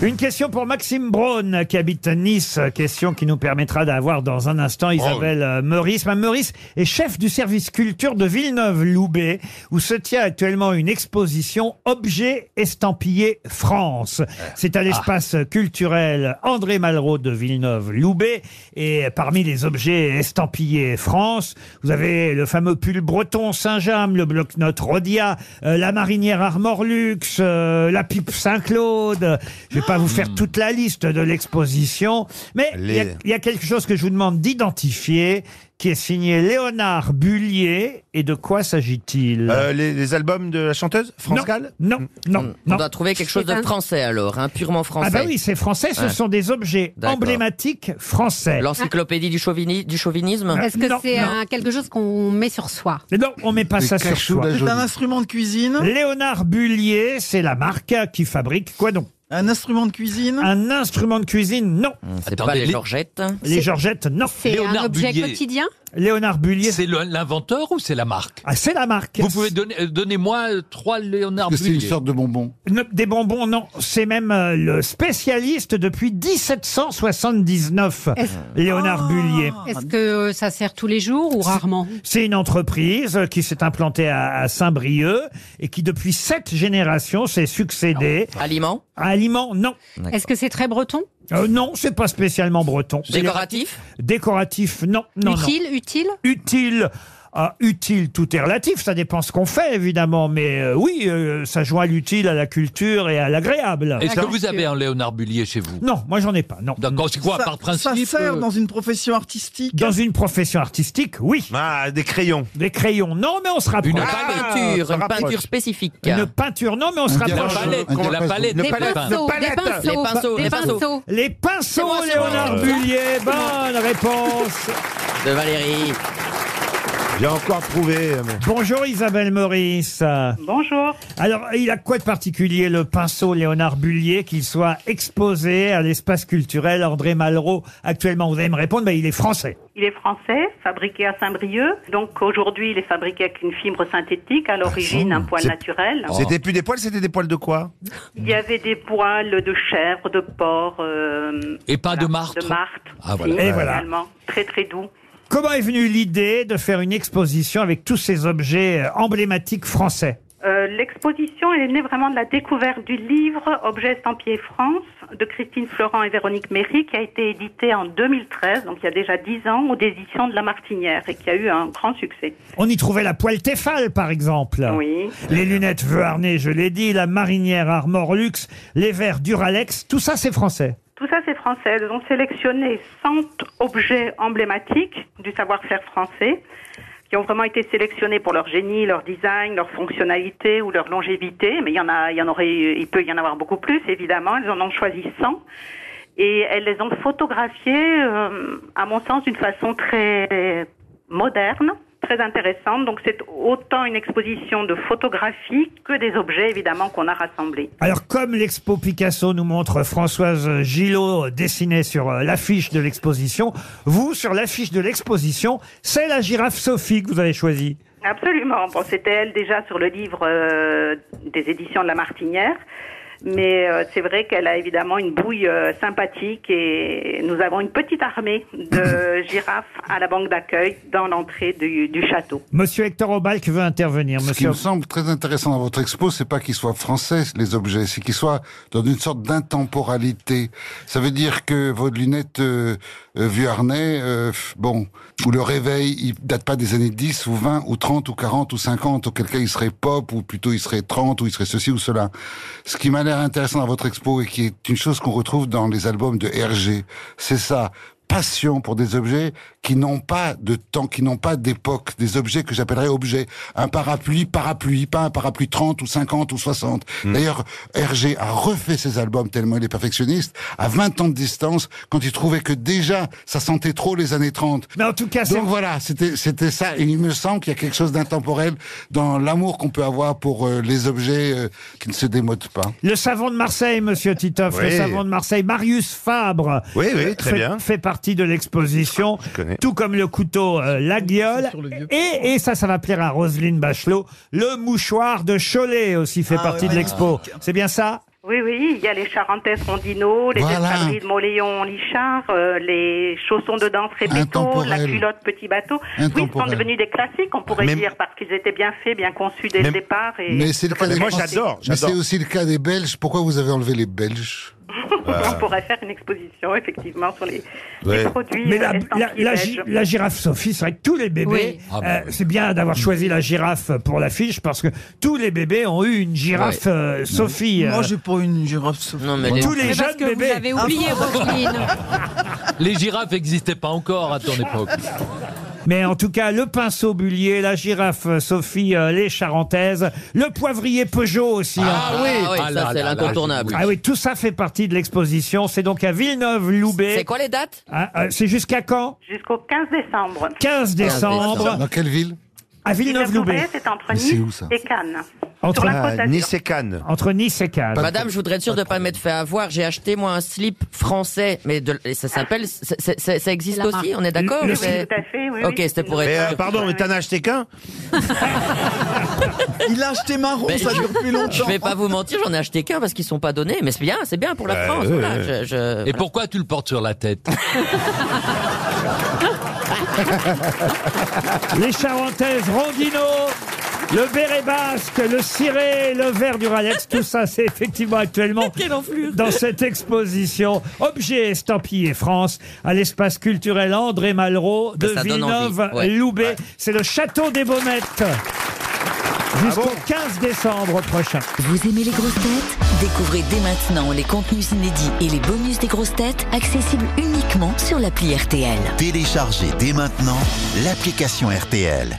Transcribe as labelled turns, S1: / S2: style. S1: Une question pour Maxime Braun qui habite Nice, question qui nous permettra d'avoir dans un instant Isabelle euh, Meurice. Mme Meurice est chef du service culture de Villeneuve-Loubet où se tient actuellement une exposition Objets estampillés France. C'est à l'espace culturel André Malraux de Villeneuve-Loubet et parmi les objets estampillés France, vous avez le fameux pull breton Saint-James, le bloc-notes Rodia, euh, la marinière Armorlux, euh, la pipe Saint-Claude. Je vais pas vous faire toute la liste de l'exposition, mais il y, a-
S2: Les-
S1: il y a quelque chose que je vous demande d'identifier qui est signé Léonard Bullier. Et de quoi s'agit-il
S2: Euh, les, les albums de la chanteuse France
S1: Non,
S2: Gall
S1: Non, non,
S3: On
S1: non.
S3: doit trouver quelque chose
S4: C'est
S3: de
S4: un-
S3: français alors, hein, purement français.
S1: Ah bah oui, c'est français, ce
S3: Ouais.
S1: sont des objets
S3: D'accord.
S1: emblématiques français.
S3: L'encyclopédie du, chauvini- du chauvinisme
S4: Est-ce que
S1: Ah, Non,
S4: c'est
S1: non.
S4: un- quelque chose qu'on met sur soi
S1: Mais non, on met pas ça sur soi. Hein
S5: C'est un instrument de cuisine
S1: Léonard Bullier, c'est la marque qui fabrique quoi donc
S5: Un instrument de cuisine
S1: Un instrument de cuisine Non.
S3: C'est
S6: Attendez,
S3: pas les
S6: les-
S3: Georgettes
S1: Les Georgettes Non.
S4: C'est un
S6: Léonard
S4: objet
S6: Bullier.
S4: quotidien
S1: Léonard Bullier,
S6: C'est le- l'inventeur ou c'est la marque
S1: ah, c'est la marque.
S6: Vous pouvez donner, euh, donnez-moi euh, trois Léonard
S7: que c'est une
S6: Bullier.
S7: sorte de bonbon.
S1: Ne- Des bonbons, non. C'est même euh, le spécialiste depuis 1779,
S4: Est-ce-
S1: Léonard Bullier.
S4: Est-ce que euh, ça sert tous les jours ou rarement
S1: Ah, C'est une entreprise qui s'est implantée à à Saint-Brieuc et qui, depuis sept générations, s'est succédée.
S3: Aliments
S1: Aliments, non.
S3: D'accord.
S4: Est-ce que c'est très breton
S1: Euh, non, c'est pas spécialement breton.
S3: Décoratifs
S1: Décoratif, non. non non.
S4: Utile Utile
S1: utile. à utile, tout est relatif, ça dépend ce qu'on fait évidemment, mais euh, oui, euh, ça joint l'utile à la culture et à l'agréable.
S6: Est-ce que
S4: D'accord.
S6: vous avez un Léonard Bullier chez vous
S1: Non, moi j'en ai pas, non.
S6: D'accord, c'est quoi
S5: ça,
S6: par principe
S5: Ça sert
S6: euh,
S5: dans une profession artistique
S1: Dans une profession artistique, oui.
S2: Ah, des crayons.
S1: Des crayons, non, mais on se rapproche.
S6: Une
S3: Une
S6: Ah,
S3: peinture,
S2: ça
S3: une
S2: rapproche.
S3: peinture spécifique.
S1: Une peinture, non, mais on se
S7: Un
S6: La
S1: rapproche.
S7: diaphragme.
S6: palette,
S7: Un
S6: de la
S7: diaphragme.
S6: palette.
S2: Le
S4: Des
S2: palette.
S4: pinceaux, des
S2: Palette.
S4: pinceaux,
S3: Les pinceaux,
S4: des
S3: les pinceaux.
S4: pinceaux.
S1: Les
S3: C'est moi,
S1: pinceaux,
S3: c'est moi.
S1: Léonard
S3: Euh.
S1: Bullier, bonne réponse.
S3: De Valérie.
S2: J'ai encore trouvé. euh, mais-
S1: Bonjour Isabelle Maurice.
S8: Bonjour.
S1: Alors, il a quoi de particulier le pinceau Léonard Bullier qu'il soit exposé à l'espace culturel André Malraux actuellement Vous allez me répondre, mais il est français.
S8: Il est français, fabriqué à Saint-Brieuc. Donc aujourd'hui, il est fabriqué avec une fibre synthétique, à l'origine
S6: Ah,
S8: un poil
S2: C'est-
S8: naturel.
S2: Oh.
S8: Oh.
S2: C'était plus des poils, c'était des poils de quoi
S8: Il y avait des poils de chèvre, de porc. euh,
S6: Et pas de martre.
S8: De martre.
S6: Ah, voilà.
S1: Et voilà.
S8: également. Très très doux.
S1: Comment est venue l'idée de faire une exposition avec tous ces objets euh, emblématiques français
S8: Euh, L'exposition elle est née vraiment de la découverte du livre Objets estampillés France de Christine Florent et Véronique Méry qui a été édité en 2013, donc il y a déjà 10 ans, aux éditions de La Martinière et qui a eu un grand succès.
S1: On y trouvait la poêle Tefal, par exemple.
S8: Oui.
S1: Les lunettes Veuarnais, je l'ai dit, la marinière Armor Luxe, les verres Duralex, tout ça c'est français.
S8: Tout ça, c'est français. Elles ont sélectionné 100 objets emblématiques du savoir-faire français qui ont vraiment été sélectionnés pour leur génie, leur design, leur fonctionnalité ou leur longévité. Mais il y en a, il y en aurait, il peut y en avoir beaucoup plus, évidemment. Elles en ont choisi 100. Et elles les ont photographiées, euh, à mon sens, d'une façon très moderne, très intéressante. Donc c'est autant une exposition de photographie que des objets, évidemment, qu'on a rassemblés.
S1: Alors comme l'expo Picasso nous montre Françoise Gillot dessinée sur euh, l'affiche de l'exposition, vous sur l'affiche de l'exposition, c'est la girafe Sophie que vous avez choisie.
S8: Absolument. Bon, c'était elle déjà sur le livre euh, des éditions de La Martinière. Mais euh, c'est vrai qu'elle a évidemment une bouille euh, sympathique et nous avons une petite armée de girafes à la banque d'accueil dans l'entrée du, du château.
S1: Monsieur Hector Obal qui veut intervenir.
S7: Ce qui
S1: Monsieur,
S7: me semble très intéressant dans votre expo, c'est pas qu'ils soient français, les objets, c'est qu'ils soient dans une sorte d'intemporalité. Ça veut dire que vos lunettes euh, euh, Vuarnet, euh, f- bon, ou le réveil, il date pas des années 10 ou 20 ou 30 ou 40 ou 50, auquel cas il serait pop ou plutôt il serait 30 ou il serait ceci ou cela. Ce qui m'a l'air intéressant dans votre expo et qui est une chose qu'on retrouve dans les albums de Hergé, c'est ça passion pour des objets qui n'ont pas de temps, qui n'ont pas d'époque, des objets que j'appellerais objets. Un parapluie, parapluie, pas un parapluie 30 ou 50 ou 60. D'ailleurs, Hergé a refait ses albums tellement il est perfectionniste, à 20 ans de distance, quand il trouvait que déjà, ça sentait trop les années 30.
S1: mais en tout cas, c'est
S7: Donc voilà, c'était c'était ça. Et il me semble qu'il y a quelque chose d'intemporel dans l'amour qu'on peut avoir pour euh, les objets euh, qui ne se démodent pas.
S1: le savon de Marseille, Monsieur Titoff, le
S2: Oui.
S1: savon de Marseille, Marius Fabre. euh,
S2: Oui, oui, très
S1: fait,
S2: bien. Ah,
S1: fait partie de l'exposition,
S2: connais.
S1: tout comme le couteau euh, la gueule. Et, et ça, ça va plaire à Roselyne Bachelot. Le mouchoir de Cholet aussi fait
S5: Ah,
S1: partie
S5: ouais, Ah,
S1: de l'expo. C'est bien ça
S8: Oui, oui, il y a les Charentais Rondino, les
S7: Voilà.
S8: espadrilles de Moléon Lichard, euh, les chaussons de danse Répéto,
S7: Intemporel.
S8: la culotte Petit Bateau. Oui, ils sont
S7: Intemporel.
S8: devenus des classiques, on pourrait
S2: Mais-
S8: dire, parce qu'ils étaient bien faits, bien conçus dès
S2: Mais-
S8: le départ. Et
S7: Mais c'est le cas des
S2: Moi,
S7: Français.
S2: j'adore,
S7: Mais c'est
S2: j'adore.
S7: aussi le cas des Belges. Pourquoi vous avez enlevé les Belges Euh.
S8: on pourrait faire une exposition, effectivement, sur les, les
S2: Ouais.
S8: produits.
S1: Mais la,
S8: euh,
S1: la-
S8: estampillés
S1: la
S8: belges.
S1: gi- la girafe Sophie, c'est vrai que tous les bébés,
S4: Oui.
S6: Ah bah
S1: euh,
S6: oui.
S1: c'est bien d'avoir choisi la girafe pour l'affiche parce que tous les bébés ont eu une girafe euh, Sophie. euh,
S5: Moi, j'ai pas une girafe Sophie.
S3: Non, mais les-
S1: tous les
S4: Mais
S1: jeunes
S4: parce Eh ben, que vous
S1: bébés.
S4: avez oublié, Roselyne.
S6: Les girafes n'existaient pas encore à ton époque.
S1: Mais en tout cas, le pinceau bullier, la girafe euh, Sophie, euh, les charentaises, le poivrier Peugeot aussi. hein.
S3: oui,
S6: Ah là
S3: ça c'est
S6: là là,
S3: l'incontournable.
S1: Ah oui, tout ça fait partie de l'exposition. C'est donc à Villeneuve-Loubet.
S3: C'est quoi les dates
S1: Ah, ah, C'est jusqu'à quand
S8: Jusqu'au 15 décembre.
S1: 15 décembre
S3: décembre.
S7: Dans quelle ville
S1: à Villeneuve-Loubet,
S8: Villeneuve-Loubet, c'est entre
S7: Mais c'est
S8: Nice
S7: où, ça
S8: et Cannes.
S1: entre,
S8: Sur la côte
S2: Ah,
S8: d'Azur.
S2: Nice et Cannes.
S1: entre Nice et Cannes.
S3: Madame, je voudrais être sûr de pas m'être fait avoir. J'ai acheté moi un slip français, mais de, et ça s'appelle, c'est- c'est- c'est- ça existe
S4: La
S3: aussi.
S4: marque.
S3: On est d'accord
S1: Le-
S8: Oui,
S1: le
S3: C'est-
S8: oui, tout à fait. Oui,
S3: Ok,
S8: oui.
S3: c'était pour être-
S2: Mais, euh,
S3: sûr.
S2: pardon, mais t'en as acheté qu'un
S5: Il a acheté marron,
S3: Mais
S5: ça
S3: je-
S5: dure plus longtemps.
S3: Je vais pas vous mentir, j'en ai acheté qu'un parce qu'ils sont pas donnés, mais c'est bien, c'est bien pour la
S2: Bah,
S3: France.
S2: ouais,
S3: voilà,
S2: ouais.
S3: je- je-
S6: Et pourquoi tu le portes sur la tête
S1: Les Charentaises, Rondino, le béret basque, le ciré, le verre du Ralex, tout ça, c'est effectivement actuellement dans cette exposition. Objet estampillé France à l'espace culturel André Malraux de
S3: Ben, ça donne envie, ouais.
S1: Villeneuve-Loubet.
S3: Ouais.
S1: C'est le château des Baumettes.
S3: Ah
S1: Jusqu'au 15 décembre prochain.
S9: Vous aimez les grosses têtes Découvrez dès maintenant les contenus inédits et les bonus des grosses têtes accessibles uniquement sur l'appli RTL.
S10: Téléchargez dès maintenant l'application RTL.